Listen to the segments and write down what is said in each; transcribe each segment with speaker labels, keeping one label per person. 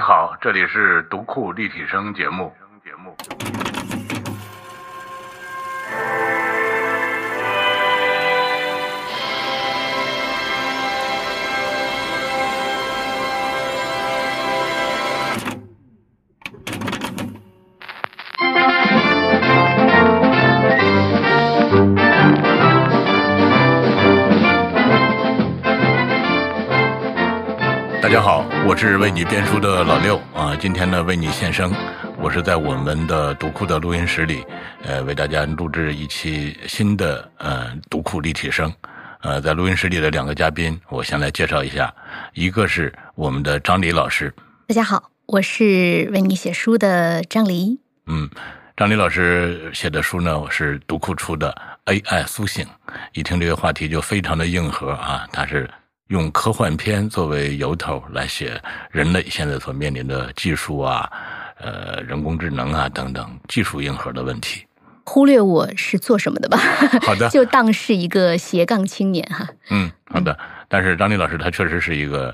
Speaker 1: 好，这里是读库立体声节目。节目。大家好，我是为你编书的老六啊，今天呢为你献声，我是在我们的读库的录音室里，呃，为大家录制一期新的呃读库立体声。呃，在录音室里的两个嘉宾，我先来介绍一下，一个是我们的张黎老师，
Speaker 2: 大家好，我是为你写书的张黎。
Speaker 1: 嗯，张黎老师写的书呢是读库出的《AI 苏醒》，一听这个话题就非常的硬核啊，他是用科幻片作为由头来写人类现在所面临的技术啊、呃人工智能啊等等技术硬核的问题。
Speaker 2: 忽略我是做什么的吧？
Speaker 1: 好的
Speaker 2: 就当是一个斜杠青 年哈。
Speaker 1: 嗯，好的。但是张丽老师他确实是一个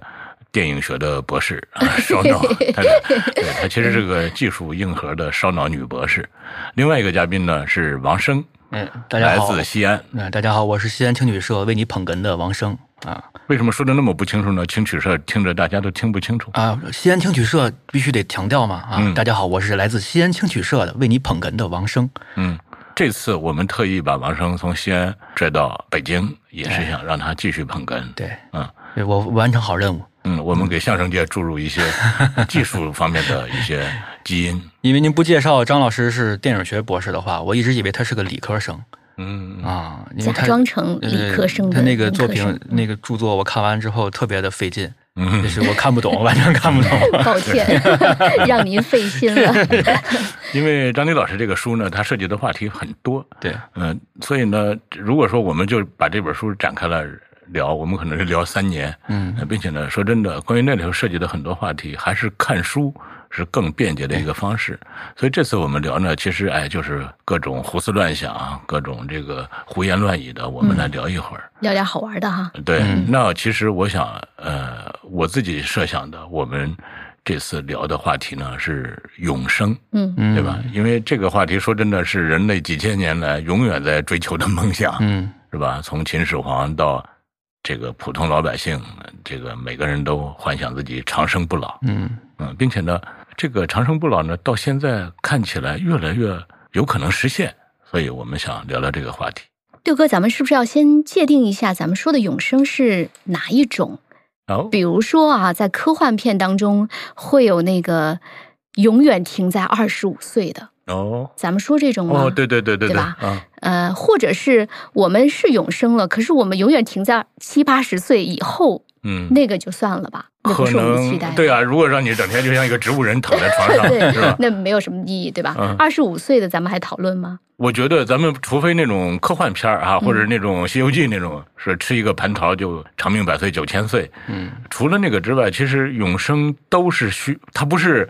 Speaker 1: 电影学的博士啊，烧脑，他对他其实是个技术硬核的烧脑女博士。另外一个嘉宾呢是王生，
Speaker 3: 嗯，大家
Speaker 1: 来
Speaker 3: 好，
Speaker 1: 自西安。
Speaker 3: 嗯，大家好，我是西安听曲社为你捧哏的王生啊
Speaker 1: 为什么说的那么不清楚呢？听曲社听着大家都听不清楚。
Speaker 3: 啊，西安听曲社必须得强调嘛啊！
Speaker 1: 嗯
Speaker 3: 大家好，我是来自西安听曲社的为你捧哏的王生。
Speaker 1: 嗯，这次我们特意把王生从西安拽到北京，也是想让他继续捧哏。
Speaker 3: 对，
Speaker 1: 嗯
Speaker 3: 对我完成好任务，
Speaker 1: 嗯，我们给相声界注入一些技术方面的一些基因。
Speaker 3: 因为您不介绍张老师是电影学博士的话，我一直以为他是个理科生
Speaker 1: 嗯，
Speaker 3: 啊，因
Speaker 2: 假
Speaker 3: 为他
Speaker 2: 装成理科生
Speaker 3: 呃
Speaker 2: 的
Speaker 3: 他那个
Speaker 2: 文科
Speaker 3: 作品
Speaker 2: 生嗯
Speaker 3: 那个著作我看完之后特别的费劲，
Speaker 1: 嗯
Speaker 3: 就是我看不懂，完全看不懂。
Speaker 2: 抱歉， 让您费心了。
Speaker 1: 因为张黎老师这个书呢，它涉及的话题很多。
Speaker 3: 对，
Speaker 1: 嗯，所以呢，如果说我们就把这本书展开了聊，我们可能是聊三年。
Speaker 3: 嗯
Speaker 1: 呃，并且呢，说真的，关于那里头涉及的很多话题，还是看书是更便捷的一个方式。所以这次我们聊呢，其实哎，就是各种胡思乱想，啊各种这个胡言乱语的，我们来聊一会儿。
Speaker 2: 聊点好玩的哈。
Speaker 1: 对，
Speaker 3: 嗯
Speaker 1: 那其实我想，呃，我自己设想的，我们这次聊的话题呢是永生，
Speaker 2: 嗯，
Speaker 3: 嗯，
Speaker 1: 对吧？？因为这个话题说真的是人类几千年来永远在追求的梦想。
Speaker 3: 嗯
Speaker 1: 是吧？从秦始皇到这个普通老百姓，呃这个每个人都幻想自己长生不老，
Speaker 3: 嗯。
Speaker 1: 嗯，并且呢，这个长生不老呢，到现在看起来越来越有可能实现，所以我们想聊聊这个话题。
Speaker 2: 六哥，咱们是不是要先界定一下，咱们说的永生是哪一种？
Speaker 1: 哦，
Speaker 2: 比如说啊，在科幻片当中会有那个永远停在二十五岁的，
Speaker 1: 哦，
Speaker 2: 咱们说这种吗？
Speaker 1: 哦，对对对对
Speaker 2: 对吧
Speaker 1: 啊，
Speaker 2: 呃，或者是我们是永生了，可是我们永远停在七八十岁以后，
Speaker 1: 嗯，
Speaker 2: 那个就算了吧，那不
Speaker 1: 可
Speaker 2: 是我们期待
Speaker 1: 能
Speaker 2: 的。
Speaker 1: 对啊，如果让你整天就像一个植物人躺在床上，是
Speaker 2: 对
Speaker 1: 吧，？
Speaker 2: 那没有什么意义，对吧
Speaker 1: 嗯？
Speaker 2: 二十五岁的咱们还讨论吗？
Speaker 1: 我觉得咱们除非那种科幻片儿
Speaker 2: 嗯
Speaker 1: 啊，或者那种《西游记》那种，是吃一个蟠桃就长命百岁九千岁，
Speaker 3: 嗯
Speaker 1: 除了那个之外，其实永生都是需，它不是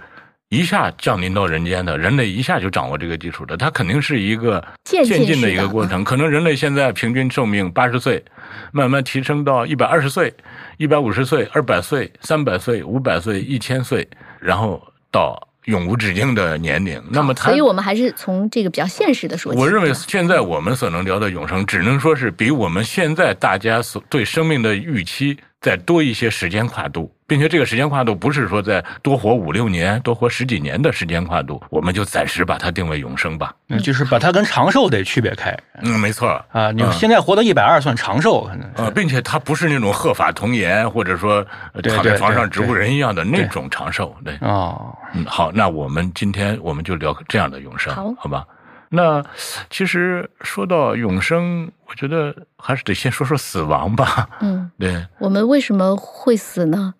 Speaker 1: 一下降临到人间的，人类一下就掌握这个技术的，它肯定是一个
Speaker 2: 渐进式的
Speaker 1: 进的一个过程。可能人类现在平均寿命八十岁，慢慢提升到一百二十岁、一百五十岁、二百岁、三百岁、五百岁、一千岁，然后到永无止境的年龄。那么它
Speaker 2: 所以，我们还是从这个比较现实的说起。
Speaker 1: 我认为
Speaker 2: 对吧
Speaker 1: 现在我们所能聊的永生，只能说是比我们现在大家所对生命的预期再多一些时间跨度，并且这个时间跨度不是说再多活五六年、多活十几年的时间跨度，我们就暂时把它定为永生吧。
Speaker 3: 嗯，就是把它跟长寿得区别开
Speaker 1: 嗯，没错。
Speaker 3: 啊！你
Speaker 1: 嗯
Speaker 3: 现在活到一百二算长寿，可能
Speaker 1: 呃，
Speaker 3: 是
Speaker 1: 并且它不是那种鹤发童颜，或者说呃
Speaker 3: 对
Speaker 1: 躺在
Speaker 3: 对
Speaker 1: 床上
Speaker 3: 对
Speaker 1: 植物
Speaker 3: 对
Speaker 1: 人一样的那种长寿。对，
Speaker 3: 哦，
Speaker 1: 嗯，好，那我们今天我们就聊这样的永生，
Speaker 2: 好
Speaker 1: 吧？那其实说到永生，我觉得还是得先说说死亡吧。
Speaker 2: 嗯，
Speaker 1: 对，
Speaker 2: 我们为什么会死呢？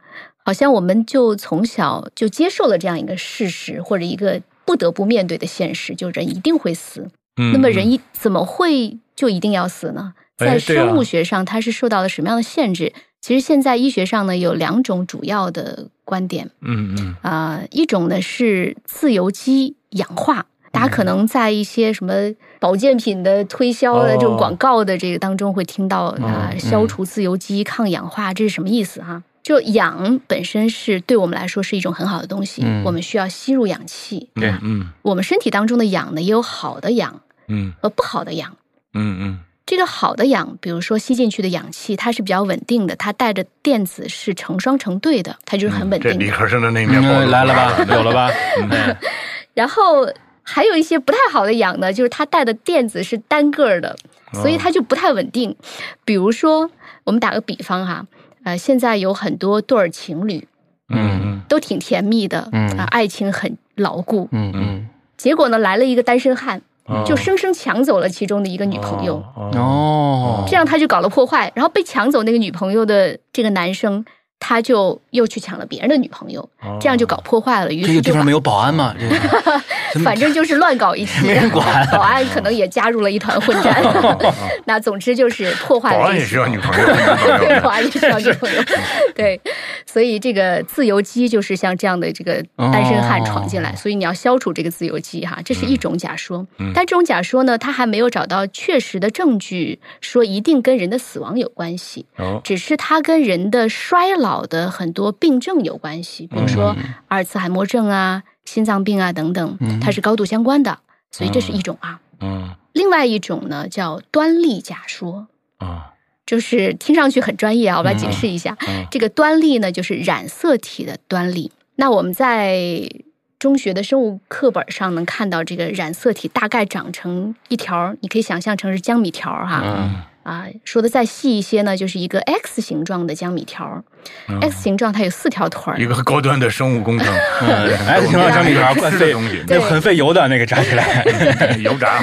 Speaker 2: 好像我们就从小就接受了这样一个事实，或者一个不得不面对的现实，就人一定会死。
Speaker 1: 嗯，
Speaker 2: 那么人一怎么会就一定要死呢？
Speaker 1: 哎
Speaker 2: 在
Speaker 1: 对啊
Speaker 2: 生物学上，它是受到了什么样的限制？其实现在医学上呢，有两种主要的观点
Speaker 1: 嗯嗯
Speaker 2: 啊、一种呢是自由基氧化，大家可能在一些什么保健品的推销的
Speaker 1: 哦
Speaker 2: 这种广告的这个当中会听到啊、
Speaker 1: 哦
Speaker 2: 消除自由基、抗氧化，这是什么意思哈、就氧本身是对我们来说是一种很好的东西，
Speaker 3: 嗯
Speaker 2: 我们需要吸入氧气。
Speaker 3: 对
Speaker 1: 嗯
Speaker 2: 我们身体当中的氧呢，也有好的氧
Speaker 1: 嗯
Speaker 2: 和不好的氧。
Speaker 1: 嗯嗯
Speaker 2: 这个好的氧，比如说吸进去的氧气，它是比较稳定的，它带着电子是成双成对的，它就是很
Speaker 1: 嗯，
Speaker 2: 稳
Speaker 1: 这
Speaker 2: 定的。
Speaker 1: 理科生的那面包
Speaker 3: 嗯来了吧，有了
Speaker 1: 吧？
Speaker 3: 吧？哎，
Speaker 2: 然后还有一些不太好的氧呢，就是它带的电子是单个儿的，
Speaker 1: 哦
Speaker 2: 所以它就不太稳定。比如说，我们打个比方哈、呃，现在有很多对儿情侣
Speaker 1: 嗯嗯
Speaker 2: 都挺甜蜜的，
Speaker 3: 嗯
Speaker 2: 啊，爱情很牢固。
Speaker 3: 嗯嗯
Speaker 2: 结果呢，来了一个单身汉，
Speaker 1: 哦，
Speaker 2: 就生生抢走了其中的一个女朋友，
Speaker 1: 哦，哦
Speaker 3: 哦，
Speaker 2: 这样他就搞了破坏，然后被抢走那个女朋友的这个男生。他就又去抢了别人的女朋友，
Speaker 1: 哦
Speaker 2: 这样就搞破坏了，于
Speaker 3: 这
Speaker 2: 是
Speaker 3: 个
Speaker 2: 就
Speaker 3: 地
Speaker 2: 把
Speaker 3: 方没有保安吗？这个 怎么
Speaker 2: 反正就是乱搞一气，
Speaker 3: 没人管
Speaker 2: 保安可能也加入了一团混 战。那总之就是破坏
Speaker 1: 哦保
Speaker 2: 了
Speaker 1: 安
Speaker 2: 这
Speaker 1: 也
Speaker 2: 些
Speaker 1: 需要 女朋友，男朋
Speaker 2: 对，
Speaker 1: 友
Speaker 2: 保安也需要女朋友。对，所以这个自由基就是像这样的这个
Speaker 1: 哦
Speaker 2: 单身汉闯进来，
Speaker 3: 哦
Speaker 2: 所以你要消除这个自由基哈，这是一种假说。
Speaker 1: 嗯
Speaker 2: 但这种假说呢，它还没有找到确实的证据说一定跟人的死亡有关系。
Speaker 1: 哦
Speaker 2: 只是它跟人的衰老的很多病症有关系，
Speaker 1: 嗯
Speaker 2: 比如说阿尔茨海默症啊、心脏病啊等等，它是高度相关的，所以这是一种啊。
Speaker 1: 嗯
Speaker 2: 另外一种呢叫端粒假说，
Speaker 1: 啊
Speaker 2: 就是听上去很专业啊，我来解释一下。
Speaker 1: 嗯
Speaker 2: 这个端粒呢，就是染色体的端粒。那我们在中学的生物课本上能看到这个染色体大概长成一条儿，你可以想象成是江米条儿哈。
Speaker 3: 嗯
Speaker 2: 啊，说的再细一些呢，就是一个 X 形状的江米条儿、x 形状它有四条腿
Speaker 1: 啊一
Speaker 2: 儿，
Speaker 1: 个高端的生物工程，
Speaker 3: 嗯哎，行了，张米条，快
Speaker 1: 吃的
Speaker 3: 费
Speaker 1: 东西，
Speaker 3: 那很费油的那个炸起 来，
Speaker 1: 油炸，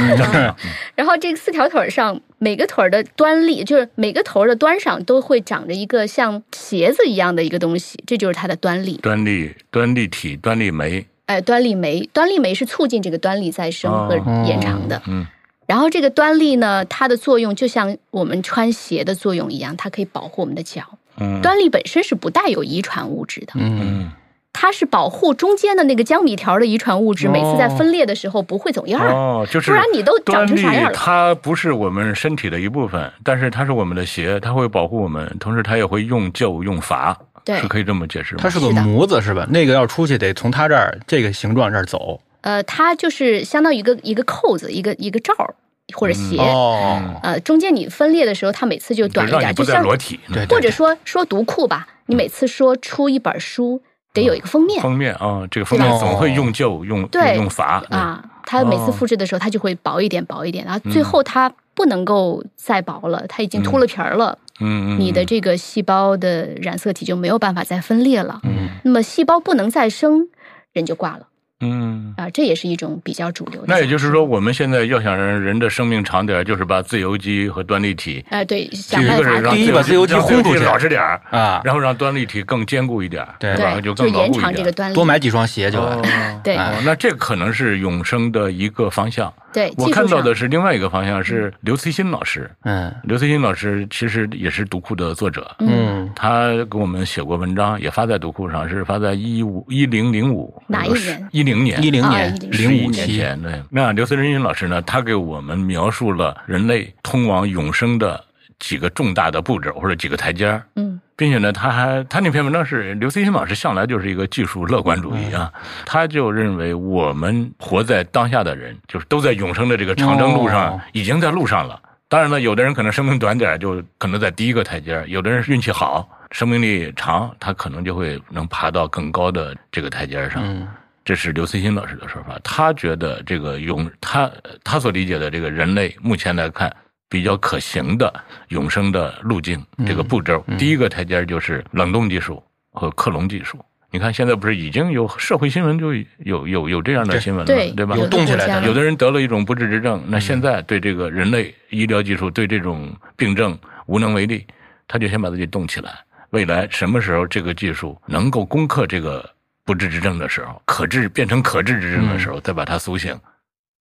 Speaker 2: 然后这个四条腿儿上每个腿儿的端粒，就是每个头儿的端上都会长着一个像鞋子一样的一个东西，这就是它的端粒。
Speaker 1: 端粒端粒体端粒酶，
Speaker 2: 哎，端粒酶，端粒酶是促进这个端粒再生和
Speaker 1: 哦
Speaker 2: 延长的。
Speaker 1: 嗯
Speaker 2: 然后这个端粒呢，它的作用就像我们穿鞋的作用一样，它可以保护我们的脚。
Speaker 1: 嗯
Speaker 2: 端粒本身是不带有遗传物质的，
Speaker 3: 嗯，
Speaker 1: 嗯
Speaker 2: 它是保护中间的那个江米条的遗传物质，
Speaker 1: 哦
Speaker 2: 每次在分裂的时候不会走样儿，
Speaker 1: 哦，就是
Speaker 2: 不然你都长
Speaker 1: 端
Speaker 2: 成
Speaker 1: 粒
Speaker 2: 啥样了？
Speaker 1: 它不是我们身体的一部分，但是它是我们的鞋，它会保护我们，同时它也会用救用罚，
Speaker 2: 对
Speaker 1: 是可以这么解释吗？
Speaker 3: 它是个
Speaker 2: 是的
Speaker 3: 模子是吧？那个要出去得从它这儿这个形状这儿走
Speaker 2: 呃，它就是相当于一个一个扣子，一个一个罩儿或者鞋。
Speaker 3: 哦，
Speaker 2: 呃，中间你分裂的时候，它每次
Speaker 1: 嗯
Speaker 2: 就
Speaker 1: 就
Speaker 2: 短一
Speaker 1: 让
Speaker 2: 点，
Speaker 1: 你不
Speaker 2: 就
Speaker 1: 再
Speaker 2: 像
Speaker 1: 裸体，
Speaker 3: 对，对
Speaker 2: 或者
Speaker 3: 对
Speaker 2: 说说读库吧，你每次说出一本书得有一个封面
Speaker 1: 封面啊，这个封面
Speaker 3: 对吧
Speaker 1: 总会用救用
Speaker 2: 对
Speaker 1: 用罚，
Speaker 2: 啊，它每次复制的时候它就会薄一点薄一
Speaker 1: 哦
Speaker 2: 点，然后最后它不能够再薄了，它已经秃了皮儿了，
Speaker 1: 嗯嗯，
Speaker 2: 你的这个细胞的染色体就没有办法再分裂了。
Speaker 1: 嗯
Speaker 2: 那么细胞不能再生，人就挂了
Speaker 1: 嗯。
Speaker 2: 啊、这也是一种比较主流的。
Speaker 1: 那也就是，说，我们现在要想让人的生命长点儿，就是把自由基和端粒体，
Speaker 2: 呃，对，想
Speaker 1: 一
Speaker 2: 办
Speaker 1: 个是
Speaker 2: 法
Speaker 1: 让
Speaker 3: 第一把自由基
Speaker 1: 让
Speaker 3: 轰出去
Speaker 1: 老实点儿，
Speaker 3: 啊，
Speaker 1: 然后让端粒体更坚固一点儿，
Speaker 3: 对
Speaker 1: 吧？
Speaker 2: 对，
Speaker 1: 就
Speaker 2: 就
Speaker 1: 更牢
Speaker 2: 延
Speaker 1: 固
Speaker 2: 长
Speaker 1: 一
Speaker 2: 这个
Speaker 1: 点。
Speaker 2: 端粒。
Speaker 3: 多买几双鞋就完
Speaker 1: 哦，
Speaker 2: 对
Speaker 1: 哦那这可能是永生的一个方向。
Speaker 2: 对，
Speaker 1: 我
Speaker 2: 技
Speaker 1: 看
Speaker 2: 术
Speaker 1: 到
Speaker 2: 上嗯
Speaker 1: 的是另外一个方向，是刘慈欣老师。
Speaker 3: 嗯
Speaker 1: 刘慈欣老师其实也是读库的作者，
Speaker 2: 嗯，
Speaker 3: 嗯
Speaker 1: 他给我们写过文章，也发在读库上，是发在一五一零零五呃
Speaker 2: 哪一年？
Speaker 1: 一零年，
Speaker 3: 嗯一零
Speaker 2: 啊
Speaker 3: 年
Speaker 2: 10
Speaker 1: 零
Speaker 3: 零
Speaker 1: 五
Speaker 3: 五
Speaker 1: 年
Speaker 3: 期，
Speaker 1: 前，对。那刘慈欣老师呢，他给我们描述了人类通往永生的几个重大的步骤或者几个台阶儿
Speaker 2: 嗯
Speaker 1: 并且呢，他还他那篇文章是刘慈欣老师向来就是一个技术乐观主义啊，他就认为我们活在当下的人，就是都在永生的这个长征路上，
Speaker 3: 哦
Speaker 1: 已经在路上了。当然了，有的人可能生命短点儿，就可能在第一个台阶儿；有的人运气好，生命力长，他可能就会能爬到更高的这个台阶儿上。
Speaker 3: 嗯
Speaker 1: 这是刘慈欣老师的说法，他觉得这个永他他所理解的这个人类目前来看比较可行的永生的路径，这个步骤，第一个台阶就是冷冻技术和克隆技术。你看现在不是已经有社会新闻就有有有这样的
Speaker 3: 对
Speaker 1: 新闻了，
Speaker 2: 对
Speaker 1: 对吧？
Speaker 3: 有
Speaker 2: 的
Speaker 3: 动起
Speaker 2: 国
Speaker 3: 来的
Speaker 2: 家
Speaker 1: 有的人得了一种不治之症，那现在对这个人类医疗技术对这种病症无能为力，他就先把自己冻起来。未来什么时候这个技术能够攻克这个不治之症的时候，可治变成可治之症的时候，再把它苏醒，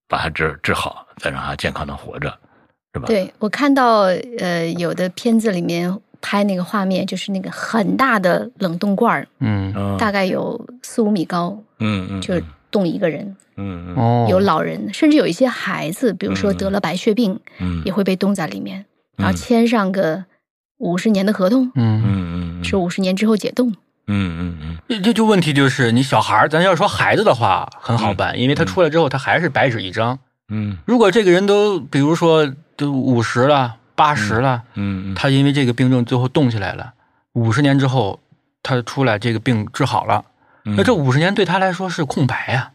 Speaker 1: 把它治治好，再让它健康的活着，是吧？
Speaker 2: 对我看到呃有的片子里面拍那个画面，就是那个很大的冷冻罐儿，
Speaker 3: 嗯
Speaker 1: 嗯，
Speaker 2: 大概有四五米高，
Speaker 1: 嗯嗯，
Speaker 2: 就冻一个人，
Speaker 1: 嗯嗯
Speaker 3: 哦
Speaker 2: 有老人，甚至有一些孩子，比如说
Speaker 1: 嗯
Speaker 2: 得了白血病，
Speaker 1: 嗯
Speaker 2: 也会被冻在里面，然后
Speaker 1: 嗯
Speaker 2: 签上个五十年的合同，
Speaker 3: 嗯
Speaker 1: 嗯嗯
Speaker 2: 是五十年之后解冻。
Speaker 1: 嗯嗯嗯，
Speaker 3: 这这就问题就是，你小孩儿，咱要说孩子的话很好办，因为他出来之后他还是白纸一张。
Speaker 1: 嗯
Speaker 3: 如果这个人都，比如说都五十了、八十了，
Speaker 1: 嗯嗯
Speaker 3: 他因为这个病症最后冻起来了，五十年之后他出来这个病治好了，
Speaker 1: 嗯，
Speaker 3: 那这五十年对他来说是空白呀、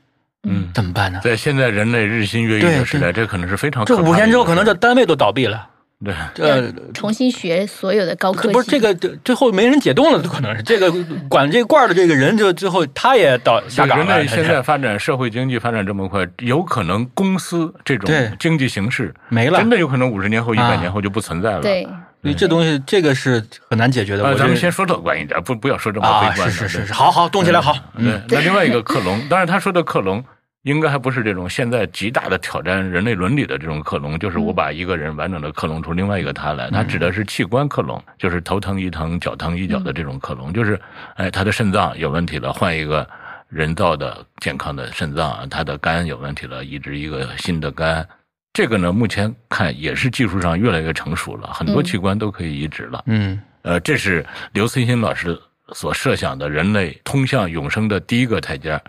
Speaker 1: 嗯，
Speaker 3: 怎么办呢？
Speaker 1: 在现在人类日新月异
Speaker 3: 对
Speaker 1: 的时代，这可能是非常
Speaker 3: 这
Speaker 1: 可怕
Speaker 3: 五十年之后，
Speaker 1: 的
Speaker 3: 可
Speaker 1: 一个
Speaker 3: 能这单位都倒闭了，
Speaker 1: 对
Speaker 3: 这
Speaker 1: 嗯
Speaker 2: 重新学所有的高科
Speaker 3: 这
Speaker 2: 技，
Speaker 3: 不是这个这最后没人解冻了，可能是这个管这罐儿的这个人就最后他也倒下岗
Speaker 1: 人
Speaker 3: 了。
Speaker 1: 类现在发展社会经济发展这么快，有可能公司这种
Speaker 3: 对
Speaker 1: 经济形式
Speaker 3: 没了
Speaker 1: 真，的有可能五十年后、一
Speaker 3: 啊
Speaker 1: 百年后就不存在了。
Speaker 2: 对，
Speaker 3: 所以这东西这个是很难解决
Speaker 1: 嗯
Speaker 3: 的。
Speaker 1: 呃，
Speaker 3: 我
Speaker 1: 咱们
Speaker 3: 觉得
Speaker 1: 先说乐观一点，不不要说这么
Speaker 3: 啊，
Speaker 1: 悲观
Speaker 3: 是
Speaker 1: 的。
Speaker 3: 是是
Speaker 1: 对
Speaker 3: 是，好好动起来好。嗯
Speaker 1: 对，那另外一个克隆， 当然他说的克隆。应该还不是这种现在极大的挑战人类伦理的这种克隆，就是我把一个人完整的克隆出另外一个他来，他指的是器官克隆，就是头疼一疼、脚疼一脚的这种克隆，就是哎他的肾脏有问题了，换一个人造的健康的肾脏，他的肝有问题了，移植一个新的肝。这个呢，目前看也是技术上越来越成熟了，很多
Speaker 2: 嗯
Speaker 1: 器官都可以移植了。
Speaker 3: 嗯
Speaker 1: 呃，这是刘慈欣老师所设想的人类通向永生的第一个台阶儿。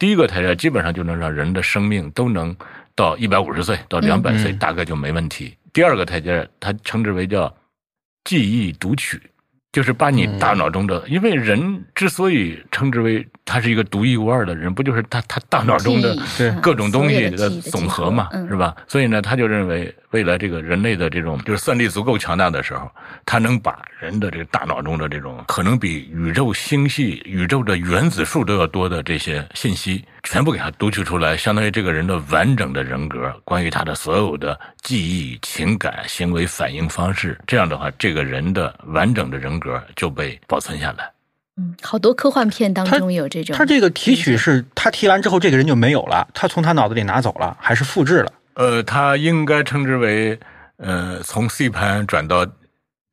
Speaker 1: 第一个台阶儿基本上就能让人的生命都能到一百五十岁到两百岁，
Speaker 3: 嗯
Speaker 1: 大概就没问题。第二个台阶儿，它称之为叫记忆读取，就是把你大脑中的，因为人之所以称之为他是一个独一无二的人，不就是他他大脑中的
Speaker 2: 记忆
Speaker 3: 对
Speaker 2: 嗯
Speaker 1: 各种东西
Speaker 2: 所有的
Speaker 1: 的
Speaker 2: 记忆的
Speaker 1: 总和嘛
Speaker 2: 集合，嗯
Speaker 1: 是吧？所以呢，他就认为未来这个人类的这种就是算力足够强大的时候，他能把人的这个大脑中的这种可能比宇宙星系、宇宙的原子数都要多的这些信息，全部给他读取出来，相当于这个人的完整的人格，关于他的所有的记忆、情感、行为、反应方式。这样的话，这个人的完整的人格就被保存下来。
Speaker 2: 嗯，好多科幻片当中有这种，
Speaker 3: 他这个提取是他提完之后，这个人就没有了，他从他脑子里拿走了，还是复制了？
Speaker 1: 呃，它应该称之为呃，从 C 盘转到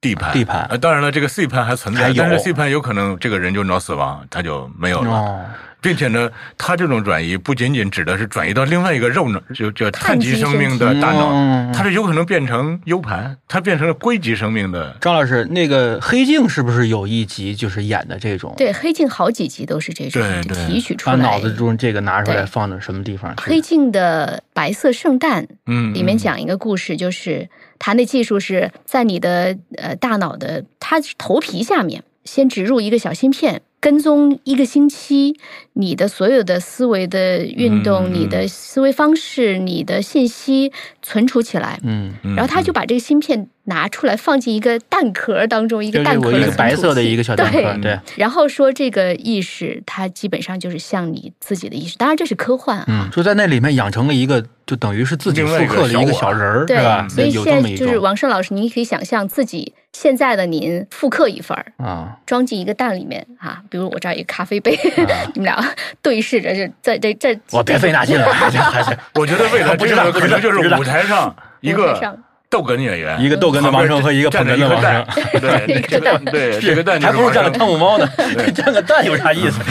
Speaker 1: D 盘。
Speaker 3: D 盘
Speaker 1: 呃，当然了，这个 C 盘还存
Speaker 3: 还
Speaker 1: 在，
Speaker 3: 有
Speaker 1: 但是 C 盘有可能这个人就脑死亡，他就没有了。
Speaker 3: 哦，
Speaker 1: 并且呢，它这种转移不仅仅指的是转移到另外一个肉脑，就叫碳
Speaker 2: 碳基
Speaker 1: 基生
Speaker 2: 生
Speaker 1: 命
Speaker 2: 体
Speaker 1: 的大脑，
Speaker 3: 嗯
Speaker 1: 它是有可能变成 U 盘，它变成了硅基生命的。
Speaker 3: 张老师，那个《黑镜》是不是有一集就是演的这种？，
Speaker 2: 对《黑镜》好几集都是这种
Speaker 1: 对
Speaker 2: 就
Speaker 1: 对
Speaker 2: 提取出
Speaker 3: 把
Speaker 2: 来。
Speaker 3: 脑子中这个拿出来
Speaker 2: 对
Speaker 3: 放到什么地方去？
Speaker 2: 黑镜的《白色圣诞》
Speaker 1: 嗯，
Speaker 2: 里面讲一个故事，就是它那技术是在你的呃大脑的，它是头皮下面先植入一个小芯片，跟踪一个星期你的所有的思维的运动、
Speaker 1: 嗯嗯
Speaker 2: 你的思维方式、你的信息存储起来，
Speaker 3: 嗯，
Speaker 1: 嗯，
Speaker 2: 然后他就把这个芯片拿出来放进一个蛋壳当中，一
Speaker 3: 就
Speaker 2: 个
Speaker 3: 是
Speaker 2: 蛋壳
Speaker 3: 我
Speaker 2: 的
Speaker 3: 一个
Speaker 2: 存
Speaker 3: 白
Speaker 2: 储
Speaker 3: 色的
Speaker 2: 器
Speaker 3: 一个小蛋壳，
Speaker 2: 对
Speaker 3: 对，
Speaker 2: 然后说这个意识，它基本上就是像你自己的意识，当然这是科幻啊。
Speaker 3: 嗯，就在那里面养成了一个，就等于是自己
Speaker 1: 另
Speaker 3: 复
Speaker 1: 外一个
Speaker 3: 刻了一个
Speaker 1: 小
Speaker 3: 小
Speaker 1: 我
Speaker 3: 人儿，
Speaker 2: 对
Speaker 3: 是吧？，
Speaker 2: 所以
Speaker 3: 有
Speaker 2: 现
Speaker 3: 这么
Speaker 2: 在
Speaker 3: 一
Speaker 2: 就是
Speaker 3: 种
Speaker 2: 王胜老师，您可以想象自己现在的您复刻一份儿，
Speaker 3: 啊，
Speaker 2: 装进一个蛋里面啊，比如我这儿有一个咖啡杯， 你们俩对视着，就在这这，
Speaker 3: 啊我别费那劲 了，还是还是
Speaker 1: 我觉得未来
Speaker 3: 不
Speaker 1: 这
Speaker 3: 知道
Speaker 1: 个
Speaker 3: 不
Speaker 1: 可
Speaker 3: 知道
Speaker 1: 能就
Speaker 3: 不知
Speaker 1: 是
Speaker 3: 道
Speaker 1: 舞台上一
Speaker 2: 舞台
Speaker 1: 个
Speaker 2: 上
Speaker 1: 逗哏演员，
Speaker 3: 一个逗哏的王生和一个捧
Speaker 1: 站着
Speaker 3: 哏
Speaker 1: 一
Speaker 3: 的
Speaker 1: 个
Speaker 3: 王
Speaker 1: 蛋
Speaker 3: 生，，
Speaker 1: 对，这个蛋，对，这个蛋就
Speaker 3: 还
Speaker 1: 是
Speaker 3: 不如
Speaker 1: 王
Speaker 3: 站个
Speaker 1: 生。
Speaker 3: 汤姆猫呢， 站个蛋有啥意思？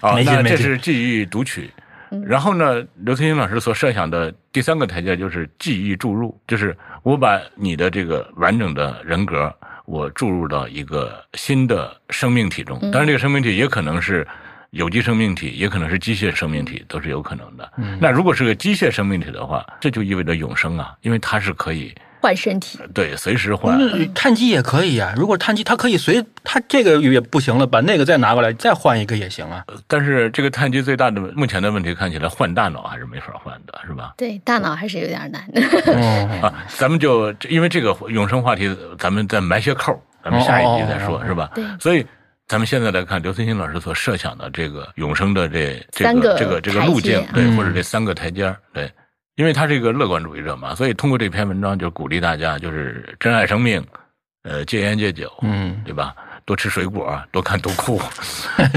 Speaker 1: 啊，
Speaker 3: 没
Speaker 1: 那
Speaker 3: 劲没
Speaker 1: 这
Speaker 3: 劲，
Speaker 1: 是记忆读取。然后呢，刘慈欣老师所设想的第三个台阶就是记忆注入，就是我把你的这个完整的人格，我注入到一个新的生命体中。当然，这个生命体也可能是有机生命体，也可能是机械生命体，都是有可能的。
Speaker 3: 嗯
Speaker 1: 那如果是个机械生命体的话，这就意味着永生啊，因为它是可以
Speaker 2: 换身体，
Speaker 1: 对随时换。
Speaker 3: 那嗯碳基也可以啊，如果碳基它可以随它这个也不行了，把那个再拿过来再换一个也行啊。
Speaker 1: 但是这个碳基最大的目前的问题看起来，换大脑还是没法换的，是吧？
Speaker 2: 对，大脑还是有点 难。
Speaker 3: 嗯，
Speaker 1: 啊，咱们就因为这个永生话题，咱们再埋些扣儿，咱们下一集再说，
Speaker 3: 哦哦哦哦
Speaker 1: 是吧
Speaker 2: 对？
Speaker 1: 所以咱们现在来看刘慈欣老师所设想的这个永生的这这
Speaker 2: 三
Speaker 1: 个
Speaker 2: 个
Speaker 1: 这个这个
Speaker 2: 台
Speaker 1: 路径
Speaker 2: 阶，
Speaker 1: 对，
Speaker 3: 嗯
Speaker 1: 或者这三个台阶儿，对。因为他是一个乐观主义者嘛，所以通过这篇文章就鼓励大家，就是珍爱生命，呃，戒烟戒酒，
Speaker 3: 嗯，
Speaker 1: 对吧？多吃水果，多看读库，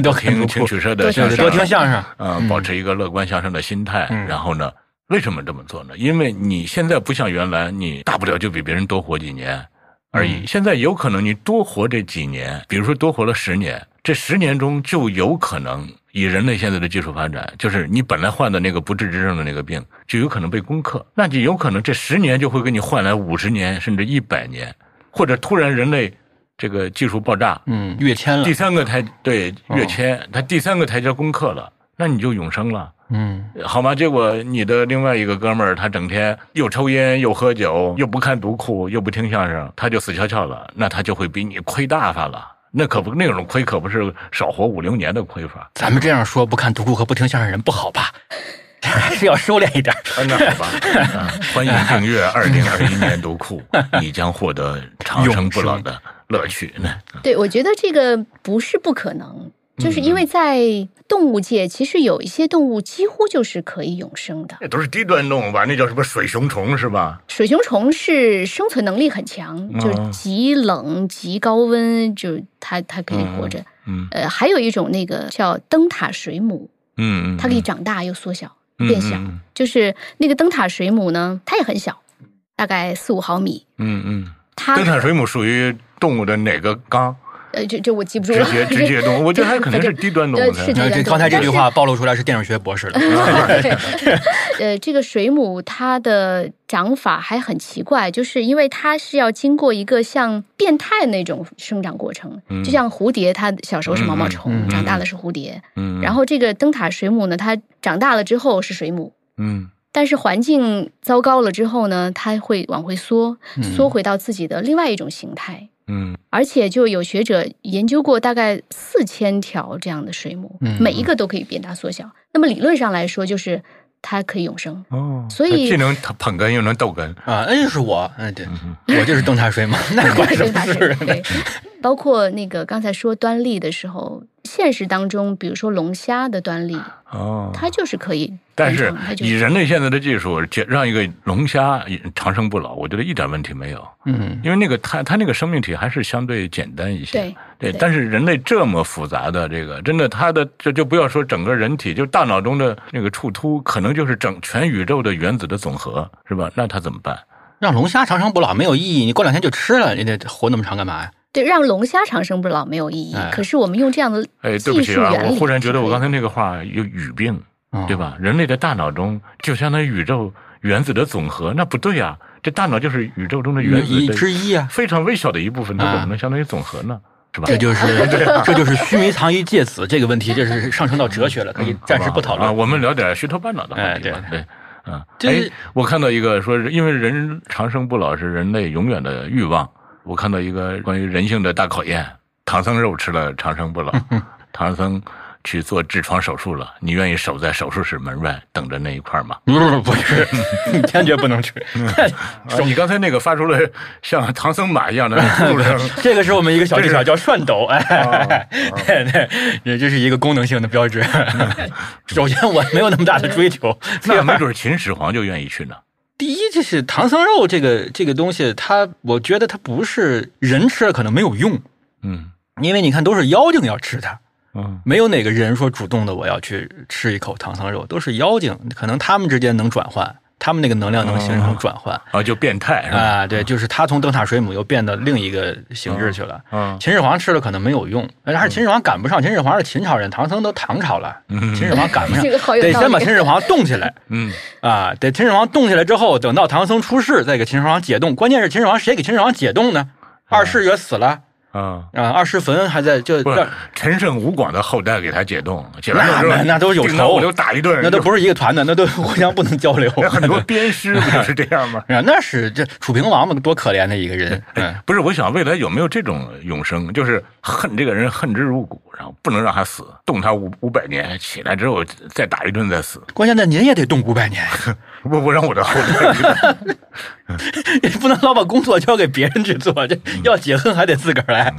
Speaker 3: 都可以
Speaker 1: 听听曲社的
Speaker 2: 多
Speaker 1: 相
Speaker 2: 听
Speaker 1: 声，
Speaker 3: 多听相声，
Speaker 1: 嗯，保持一个乐观向上的心态。
Speaker 3: 嗯
Speaker 1: 然后呢，为什么这么做呢？因为你现在不像原来，你大不了就比别人多活几年而已。
Speaker 3: 嗯
Speaker 1: 现在有可能你多活这几年，比如说多活了十年，这十年中就有可能以人类现在的技术发展，就是你本来患的那个不治之症的那个病，就有可能被攻克。那就有可能这十年就会给你换来五十年甚至一百年，或者突然人类这个技术爆炸。
Speaker 3: 嗯，跃迁 了
Speaker 1: 第，三个台对
Speaker 3: 哦
Speaker 1: 跃迁，它第三个台阶攻克了，那你就永生了，
Speaker 3: 嗯
Speaker 1: 好吗？结果你的另外一个哥们儿，他整天又抽烟又喝酒，又不看读库，又不听相声，他就死翘翘了，那他就会比你亏大发了。那可不，那种亏可不是少活五六年的亏 法。
Speaker 3: 咱们这样说不看独库和不听相声人不好吧？ 还是要收敛一点。
Speaker 1: 啊那好吧，啊欢迎订 阅二零二一年读库，你将获得长生不老的乐趣。
Speaker 2: 对，我觉得这个不是不可能，就是
Speaker 3: 嗯
Speaker 2: 因为在动物界，其实有一些动物几乎就是可以永生的。
Speaker 1: 那都是低端动物吧？那叫什么水熊虫是吧？
Speaker 2: 水熊虫是生存能力很强，就是
Speaker 1: 嗯
Speaker 2: 极冷、极高温，就它它可以活着。
Speaker 1: 嗯
Speaker 2: 呃，还有一种那个叫灯塔水母，
Speaker 1: 嗯嗯，
Speaker 2: 它可以长大又缩小、
Speaker 1: 嗯
Speaker 2: 变小。
Speaker 1: 嗯
Speaker 2: 就是那个灯塔水母呢，它也很小，大概四五毫米。
Speaker 1: 嗯嗯，
Speaker 2: 它
Speaker 1: 灯塔水母属于动物的哪个纲？
Speaker 2: 呃，就就我记不住
Speaker 1: 直
Speaker 2: 了。
Speaker 1: 接直接动物，我觉得它肯定是低端动物啊
Speaker 2: 对是
Speaker 1: 才
Speaker 2: 的
Speaker 3: 呃这刚才这句话暴露出来是电影学博士 了。
Speaker 2: 呃，这个水母它的长法还很奇怪，就是因为它是要经过一个像变态那种生长过程，
Speaker 1: 嗯
Speaker 2: 就像蝴蝶，它小时候是毛毛虫，
Speaker 3: 嗯嗯嗯
Speaker 2: 长大了是蝴蝶。
Speaker 1: 嗯，
Speaker 2: 然后这个灯塔水母呢，它长大了之后是水母，
Speaker 1: 嗯
Speaker 2: 但是环境糟糕了之后呢，它会往回缩，缩回到自己的另外一种形态。
Speaker 1: 嗯
Speaker 2: 而且就有学者研究过大概四千条这样的水母，
Speaker 3: 嗯
Speaker 2: 每一个都可以变大缩小。那么理论上来说，就是它可以 永生。
Speaker 1: 哦，
Speaker 2: 所以
Speaker 1: 它既能捧哏又能逗哏。
Speaker 3: 啊，那就是我，嗯，对，我就是灯塔水 嘛，那管什
Speaker 2: 对
Speaker 3: 么
Speaker 2: 吧？
Speaker 3: 事？
Speaker 2: 对，包括那个刚才说端粒的时候，现实当中，比如说龙虾的端粒，
Speaker 1: 哦，
Speaker 2: 它就是可以
Speaker 1: 但
Speaker 2: 延
Speaker 1: 是
Speaker 2: 长，它就
Speaker 1: 以
Speaker 2: 是
Speaker 1: 人类现在的技术，解让一个龙虾长生不老，我觉得一点问题没有。
Speaker 3: 嗯
Speaker 1: 因为那个它它那个生命体还是相对简单一些，
Speaker 2: 对对
Speaker 1: 但是人类这么复杂的这个，真的它的就就不要说整个人体，就大脑中的那个触突，可能就是整全宇宙的原子的总和，是吧？那它怎么办？
Speaker 3: 让龙虾长生不老没有意义，你过两天就吃了，你得活那么长干嘛呀？
Speaker 2: 对让龙虾长生不老没有意义
Speaker 3: 哎。
Speaker 2: 可是我们用这样的
Speaker 1: 哎，对不
Speaker 2: 技
Speaker 1: 起
Speaker 2: 术
Speaker 1: 啊，
Speaker 2: 原
Speaker 1: 我
Speaker 2: 理，
Speaker 1: 忽然觉得我刚才那个话有语病，
Speaker 3: 嗯
Speaker 1: 对？吧？人类的大脑中就相当于宇宙原子的总和，那不对啊！这大脑就是宇宙中的原子
Speaker 3: 一
Speaker 1: 的
Speaker 3: 之一啊，
Speaker 1: 非常微小的一部分，它怎
Speaker 3: 啊
Speaker 1: 么能相当于总和呢？是吧？
Speaker 3: 这就是这就是须弥藏于芥子这个问题，这是上升到哲学了，可以暂时不讨
Speaker 1: 啊，
Speaker 3: 论。
Speaker 1: 我们聊点虚头巴脑的话题吧。
Speaker 3: 哎
Speaker 1: 对，嗯，
Speaker 3: 就是
Speaker 1: 哎，我看到一个说，因为人长生不老是人类永远的欲望。我看到一个关于人性的大考验，唐僧肉吃了长生不 老，唐僧去做痔疮手术了，你愿意守在手术室门外等着那一块儿吗？
Speaker 3: 不不不，不是， 嗯你坚决不能吃。哎
Speaker 1: 啊你刚才那个发出了像唐僧马一 样的哭声，
Speaker 3: 这个是我们一个小技巧，叫涮抖。哎， 对对，也这是一个功能性的标志。嗯 首先，我没有那么大的追求。
Speaker 1: 那没准秦始皇就愿意去呢。
Speaker 3: 第一，就是唐僧肉这个这个东西，它我觉得它不是人吃了可能没有用，
Speaker 1: 嗯
Speaker 3: 因为你看都是妖精要吃它，
Speaker 1: 嗯
Speaker 3: 没有哪个人说主动的我要去吃一口唐僧肉，都是妖精，可能他们之间能转换，他们那个能量能形成转换、
Speaker 1: 啊，就变态是吧？
Speaker 3: 啊，对，就是他从灯塔水母又变到另一个形制去了。
Speaker 1: 嗯
Speaker 3: 秦始皇吃了可能没有用，而且秦始皇赶不上，秦始皇是秦朝人，唐僧都唐朝了，
Speaker 1: 嗯
Speaker 3: 秦始皇赶不 上，
Speaker 2: 这个好有
Speaker 3: 得
Speaker 2: 道
Speaker 3: 先把
Speaker 2: 理
Speaker 3: 秦始皇冻起来。
Speaker 1: 嗯
Speaker 3: 啊，得秦始皇冻起来之后，等到唐僧出世，再给秦始皇解冻。关键是秦始皇谁给秦始皇解冻呢？
Speaker 1: 嗯
Speaker 3: 二世也死了
Speaker 1: 啊。
Speaker 3: 啊，二世坟还在，就
Speaker 1: 不是
Speaker 3: 那
Speaker 1: 陈胜吴广的后代给他解冻，解完冻之后
Speaker 3: 那那都有
Speaker 1: 顶到
Speaker 3: 仇
Speaker 1: 我就打一顿，
Speaker 3: 那都
Speaker 1: 是
Speaker 3: 不是一个团的，那都互相不能交流。？
Speaker 1: 很多鞭尸不就是这样吗
Speaker 3: 啊，那 是这楚平王嘛，多可怜的一 个人。嗯，
Speaker 1: 不是，我想未来有没有这种永生，就是恨这个人恨之入骨，然后不能让他死，冻他五五百年，起来之后再打一顿再死，
Speaker 3: 关键的您也得冻五百年，
Speaker 1: 不不让我的后代。
Speaker 3: 也不能老把工作交给别人去做，这
Speaker 1: 嗯
Speaker 3: 要解恨还得自个儿来。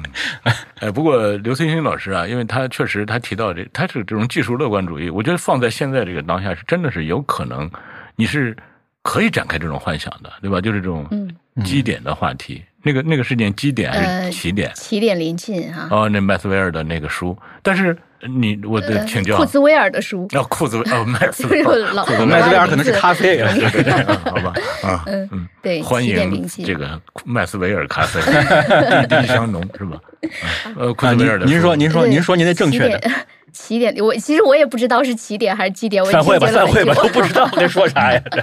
Speaker 1: 哎，不过刘慈欣老师啊，因为他确实他提到这，他是这种技术乐观主义，我觉得放在现在这个当下是真的是有可能，你是可以展开这种幻想的，对吧？就是这种
Speaker 2: 嗯
Speaker 1: 基点的话题，那个那个事件基点还
Speaker 2: 呃
Speaker 1: 是起点？
Speaker 2: 起点临近啊哈、
Speaker 1: 哦，那麦斯威尔的那个书，但是你我
Speaker 2: 呃
Speaker 1: 得请教
Speaker 2: 库，兹威尔的书，
Speaker 1: 要裤子哦，麦斯嗯
Speaker 2: 就
Speaker 1: 威
Speaker 2: 是
Speaker 1: 尔，
Speaker 2: 老
Speaker 1: 库兹
Speaker 3: 麦斯威尔可能是
Speaker 2: 老
Speaker 3: 咖啡，
Speaker 1: 对对对，嗯好 吧，啊，嗯，
Speaker 2: 对，
Speaker 1: 欢
Speaker 2: 呃起点
Speaker 1: 迎
Speaker 2: 临近
Speaker 1: 这个麦斯维尔咖 啡，滴滴香浓是吧？啊呃，库
Speaker 3: 啊，
Speaker 1: 兹
Speaker 3: 您
Speaker 1: 威尔的
Speaker 3: 您
Speaker 1: 书
Speaker 3: 说您说
Speaker 2: 对
Speaker 3: 您说您的正
Speaker 2: 起
Speaker 3: 确的，
Speaker 2: 点起点， 我其实我也不知道是起点还是基点，我已经
Speaker 3: 散会吧
Speaker 2: 结了
Speaker 3: 散会吧，
Speaker 2: 很
Speaker 3: 都
Speaker 2: 久
Speaker 3: 不知道该说 啥呀。这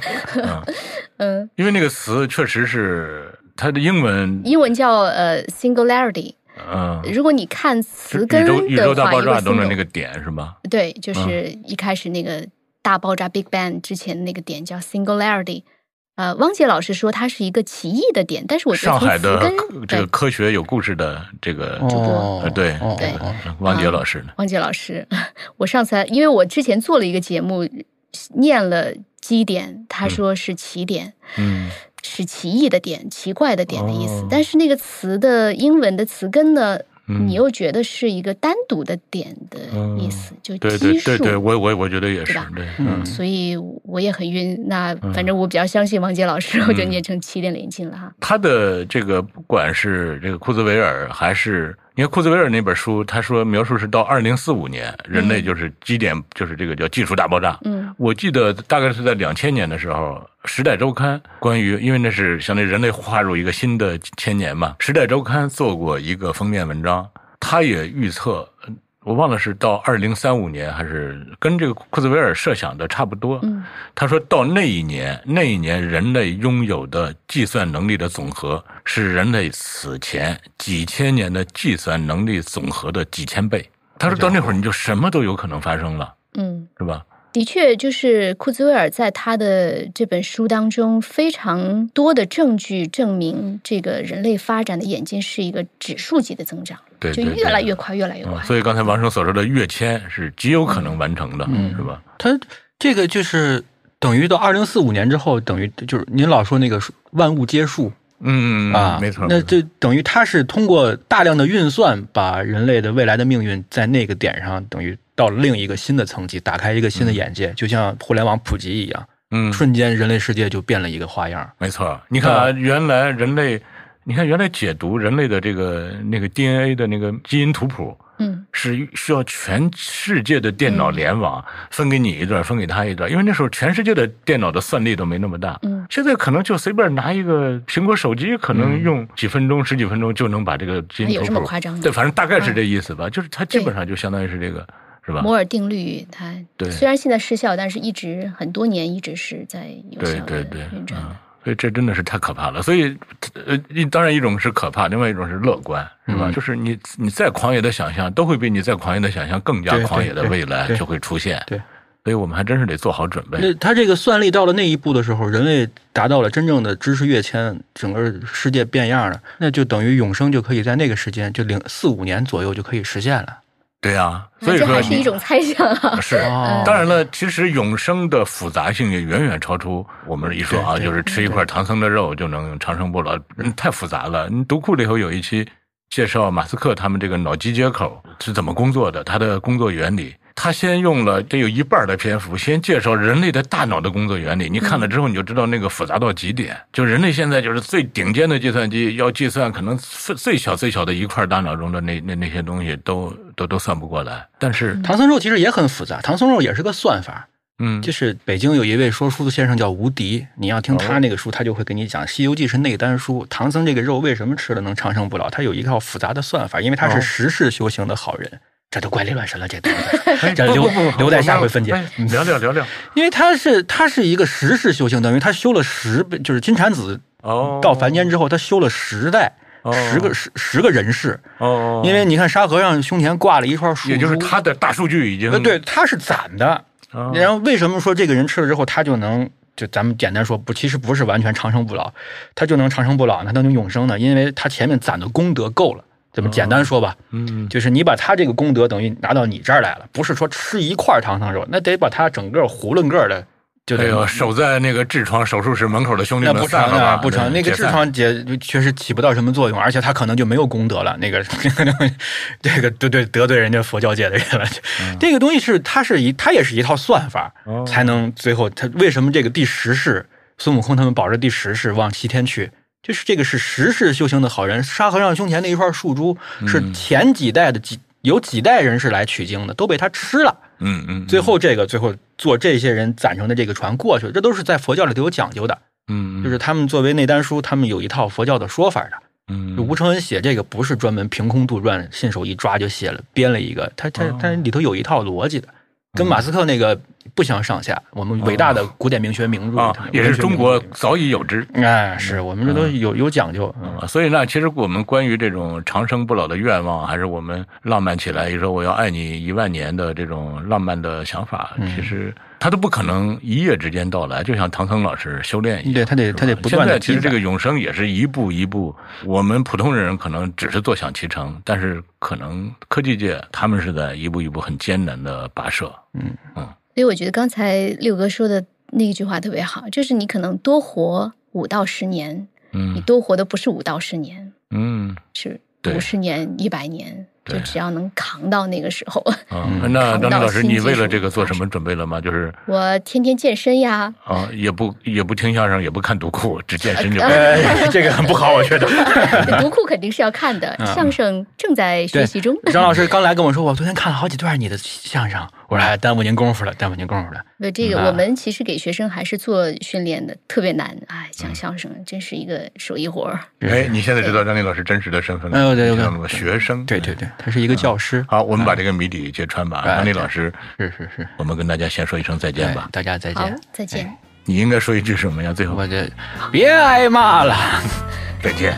Speaker 2: 嗯，
Speaker 1: 因为那个词确实是它的英文
Speaker 2: 英文叫呃 singularity，
Speaker 1: 嗯，
Speaker 2: 如果你看
Speaker 1: 是
Speaker 2: 词
Speaker 1: 宇
Speaker 2: 根
Speaker 1: 宙宇宙
Speaker 2: 的
Speaker 1: 大
Speaker 2: 话，
Speaker 1: 爆
Speaker 2: 一
Speaker 1: 炸
Speaker 2: 个
Speaker 1: 中的那
Speaker 2: single，
Speaker 1: 个嗯点是吧？
Speaker 2: 对，就是一开始那个大爆炸 Big Bang 之前的那个点叫 singularity。呃，汪杰老师说它是一个奇异的点，但是我觉
Speaker 1: 上
Speaker 2: 得从
Speaker 1: 海
Speaker 2: 词
Speaker 1: 的
Speaker 2: 根
Speaker 1: 这
Speaker 2: 对
Speaker 1: 个科学有故事的这个
Speaker 3: 主播
Speaker 1: 呃对
Speaker 3: 哦
Speaker 1: 这
Speaker 2: 对啊
Speaker 1: 个汪杰老师呢，
Speaker 2: 汪杰老师，我上次还因为我之前做了一个节目，念了基点，他说是奇点，
Speaker 1: 嗯
Speaker 2: 是奇异的点、奇怪的点的意思。
Speaker 1: 哦
Speaker 2: 但是那个词的英文的词根呢，
Speaker 1: 嗯哦
Speaker 2: 你又觉得是一个单独的点的意思，就
Speaker 1: 对
Speaker 2: 基
Speaker 1: 对
Speaker 2: 数。
Speaker 1: 对对，我我我觉得也是
Speaker 2: 对吧，
Speaker 1: 对，
Speaker 3: 嗯
Speaker 2: 所以我也很晕。那反
Speaker 1: 嗯
Speaker 2: 正我比较相信王杰老师，我就念成起点连进了哈。
Speaker 1: 他的这个不管是这个库兹韦尔还是。因为库兹韦尔那本书，他说描述是到二零四五年，人类就是基点，就是这个叫技术大爆炸。
Speaker 2: 嗯
Speaker 1: 我记得大概是在两千年的时候，《时代周刊》关于，因为那是相当于人类划入一个新的千年嘛，《时代周刊》做过一个封面文章，它也预测，呃我忘了是到二零三五年还是跟这个库兹韦尔设想的差不多。
Speaker 2: 嗯
Speaker 1: 他说到那一年，那一年人类拥有的计算能力的总和是人类此前几千年的计算能力总和的几千倍。他说到那会儿你就什么都有可能发生了，
Speaker 2: 嗯，
Speaker 1: 是吧？
Speaker 2: 的确，就是库兹韦尔在他的这本书当中，非常多的证据证明，这个人类发展的演进是一个指数级的增长，
Speaker 1: 对
Speaker 2: 就
Speaker 1: 对
Speaker 2: 越来
Speaker 1: 对
Speaker 2: 越快，越来越
Speaker 1: 嗯
Speaker 2: 快。
Speaker 1: 所以刚才王生所说的跃迁是极有可能完成的，
Speaker 3: 嗯
Speaker 1: 是吧？
Speaker 3: 它这个就是等于到二零四五年之后，等于就是您老说那个数万物皆数
Speaker 1: 嗯
Speaker 3: 啊，
Speaker 1: 没错。
Speaker 3: 那
Speaker 1: 没错
Speaker 3: 这等于它是通过大量的运算，把人类的未来的命运在那个点上，等于到了另一个新的层级，打开一个新的眼界，就像互联网普及一样，
Speaker 1: 嗯，
Speaker 3: 瞬间人类世界就变了一个花样。
Speaker 1: 没错。你看啊，
Speaker 3: 对
Speaker 1: 原来人类，你看原来解读人类的这个那个 DNA 的那个基因图谱。
Speaker 2: 嗯
Speaker 1: 是需要全世界的电脑联网，
Speaker 2: 嗯
Speaker 1: 分给你一段，分给他一段，因为那时候全世界的电脑的算力都没那么大。
Speaker 2: 嗯
Speaker 1: 现在可能就随便拿一个苹果手机，可能用几分钟、十几分钟就能把这个基
Speaker 2: 哎
Speaker 1: 因
Speaker 2: 有
Speaker 1: 图
Speaker 2: 这么
Speaker 1: 谱
Speaker 2: 夸张吗
Speaker 1: 对，反正大概是这意思吧。就是它基本上就相当于是这个，是吧？
Speaker 2: 摩尔定律它
Speaker 1: 对
Speaker 2: 虽然现在失效，但是一直很多年一直是在有
Speaker 1: 对
Speaker 2: 效
Speaker 1: 对
Speaker 2: 的
Speaker 1: 对，
Speaker 2: 运转
Speaker 1: 嗯
Speaker 2: 的。，
Speaker 1: 所以这真的是太可怕了。所以，呃，一当然一种是可怕，另外一种是乐观，是吧？
Speaker 3: 嗯
Speaker 1: 就是你你再狂野的想象，都会比你再狂野的想象更加
Speaker 3: 对对
Speaker 1: 狂野的
Speaker 3: 对
Speaker 1: 未来
Speaker 3: 对
Speaker 1: 就会出现。
Speaker 3: 对
Speaker 1: 所以我们还真是得做好准备。
Speaker 3: 那它这个算力到了那一步的时候，人类达到了真正的知识跃迁，整个世界变样了，那就等于永生就可以在那个时间，就零四五年左右就可以实现了。
Speaker 1: 对呀，
Speaker 2: 哎
Speaker 1: 嗯所以
Speaker 2: 这
Speaker 1: 说
Speaker 2: 还是一
Speaker 1: 你
Speaker 2: 种猜想啊。
Speaker 1: 是。
Speaker 3: 哦
Speaker 1: 当然了，其实永生的复杂性也远远超出我们一说啊，
Speaker 3: 对对
Speaker 1: 就是吃一块唐僧的肉就能长生不老，嗯太复杂了。你读库里头有一期介绍马斯克他们这个脑机接口是怎么工作的，他的工作原理。他先用了得有一半的篇幅，先介绍人类的大脑的工作原理。你看了之后，你就知道那个复杂到极点。就人类现在就是最顶尖的计算机，要计算可能最最小最小的一块大脑中的那那那些东西都都都算不过来。但是，
Speaker 3: 唐僧肉其实也很复杂，唐僧肉也是个算法，
Speaker 1: 嗯，
Speaker 3: 就是北京有一位说书的先生叫吴迪，你要听
Speaker 1: 哦
Speaker 3: 他那个书，他就会给你讲《西游记》是内丹书，唐僧这个肉为什么吃了能长生不老，他有一套复杂的算法，因为他
Speaker 1: 哦
Speaker 3: 是十世修行的好人。这都怪力乱神了，这都
Speaker 1: 哎
Speaker 3: 这
Speaker 1: 不
Speaker 3: 留
Speaker 1: 不不不
Speaker 3: 留待
Speaker 1: 我
Speaker 3: 下
Speaker 1: 们
Speaker 3: 回分解嗯
Speaker 1: 哎。聊聊聊聊。
Speaker 3: 因为他是他是一个十世修行，等于他修了十辈，就是金蝉子
Speaker 1: 哦，
Speaker 3: 到凡间之后，他修了十代，
Speaker 1: 哦
Speaker 3: 十个十十个人世。
Speaker 1: 哦，
Speaker 3: 因为你看沙和尚胸前挂了一串树珠，
Speaker 1: 也就是他的大数据已经
Speaker 3: 呃，对，他是攒的。
Speaker 1: 哦
Speaker 3: 然后为什么说这个人吃了之后他就能？就咱们简单说，不，其实不是完全长生不老，他就能长生不老，他能永生呢？因为他前面攒的功德够了。怎么简单说吧，
Speaker 1: 嗯
Speaker 3: 就是你把他这个功德等于拿到你这儿来了，不是说吃一块糖糖肉，那得把他整个囫囵个儿的就
Speaker 1: 哎
Speaker 3: 得
Speaker 1: 呦，守在那个痔疮手术室门口的兄弟
Speaker 3: 那
Speaker 1: 们
Speaker 3: 不成
Speaker 1: 散了吧嗯
Speaker 3: 啊，不成，那
Speaker 1: 解
Speaker 3: 个痔
Speaker 1: 散
Speaker 3: 疮解确实起不到什么作用，而且他可能就没有功德了。那个 这个对对得罪人家佛教界的人了。
Speaker 1: 嗯
Speaker 3: 这个东西是它是一它也是一套算法，
Speaker 1: 哦
Speaker 3: 才能最后他为什么这个第十世孙悟空他们保着第十世往西天去。就是这个是十世修行的好人，沙和尚胸前那一串树珠
Speaker 1: 嗯
Speaker 3: 是前几代的几有几代人是来取经的，都被他吃了。
Speaker 1: 嗯嗯，
Speaker 3: 最后这个最后坐这些人攒成的这个船过去，这都是在佛教里头有讲究的。
Speaker 1: 嗯
Speaker 3: 就是他们作为内丹书，他们有一套佛教的说法的。
Speaker 1: 嗯
Speaker 3: 就吴承恩写这个不是专门凭空杜撰，
Speaker 1: 哦嗯
Speaker 3: 信手一抓就写了编了一个，他他他里头有一套逻辑的，跟马斯克那个不相上下。我们伟大的古典名学名著
Speaker 1: 啊，哦也是中国早已有之。
Speaker 3: 哎，是我们这都有有讲究。嗯
Speaker 1: 啊，所以呢，其实我们关于这种长生不老的愿望，还是我们浪漫起来，也说我要爱你一万年的这种浪漫的想法，
Speaker 3: 嗯
Speaker 1: 其实它都不可能一夜之间到来。就像唐僧老师修炼一样，
Speaker 3: 对他得
Speaker 1: 是吧
Speaker 3: 他得不断地
Speaker 1: 现在其实
Speaker 3: 积攒
Speaker 1: 这个永生也是一步一步，我们普通人可能只是坐享其成，但是可能科技界他们是在一步一步很艰难的跋涉。
Speaker 2: 所以我觉得刚才六哥说的那句话特别好，就是你可能多活五到十年，你
Speaker 1: 嗯
Speaker 2: 多活的不是五到十年，
Speaker 1: 嗯
Speaker 2: 是
Speaker 1: 对
Speaker 2: 五十年、一百年，就
Speaker 1: 对
Speaker 2: 只要能扛到那个时候。
Speaker 1: 啊，
Speaker 3: 嗯
Speaker 1: 那张
Speaker 2: 扛不
Speaker 1: 丽
Speaker 2: 到
Speaker 1: 老师，
Speaker 2: 新
Speaker 1: 你
Speaker 2: 技
Speaker 1: 为了
Speaker 2: 术
Speaker 1: 这个做什么准备了吗？就是
Speaker 2: 我天天健身呀，呃
Speaker 1: 啊，也不也不听相声，也不看读库，只健 身就可以。
Speaker 3: 哎，这个很不好，我觉得。嗯
Speaker 2: 读库肯定是要看的，相声正在学习中。
Speaker 3: 张老师刚来跟我说，我昨天看了好几段你的相声，我说哎，耽误您功夫了，耽误您功夫了。
Speaker 2: 那呃这个
Speaker 3: 嗯
Speaker 2: 我们其实给学生还是做训练的，特别难。哎，
Speaker 3: 嗯
Speaker 2: 讲相声真是一个手艺活儿。
Speaker 1: 哎，你现在知道张丽老师真实的身份了？
Speaker 3: 哎对对对
Speaker 1: 你知道了吗？学生。
Speaker 3: 对对。对，他是
Speaker 1: 嗯
Speaker 3: 一个教师。
Speaker 1: 好，我们把这个谜底揭穿吧。
Speaker 3: 哎
Speaker 1: 张丽老师，
Speaker 3: 是是是，
Speaker 1: 我们跟大家先说一声再见
Speaker 3: 哎
Speaker 1: 吧。
Speaker 3: 大家再
Speaker 2: 好
Speaker 3: 见。，
Speaker 2: 再见。
Speaker 1: 你应该说一句什么呀？最后
Speaker 3: 我这别挨骂了。
Speaker 1: 再见。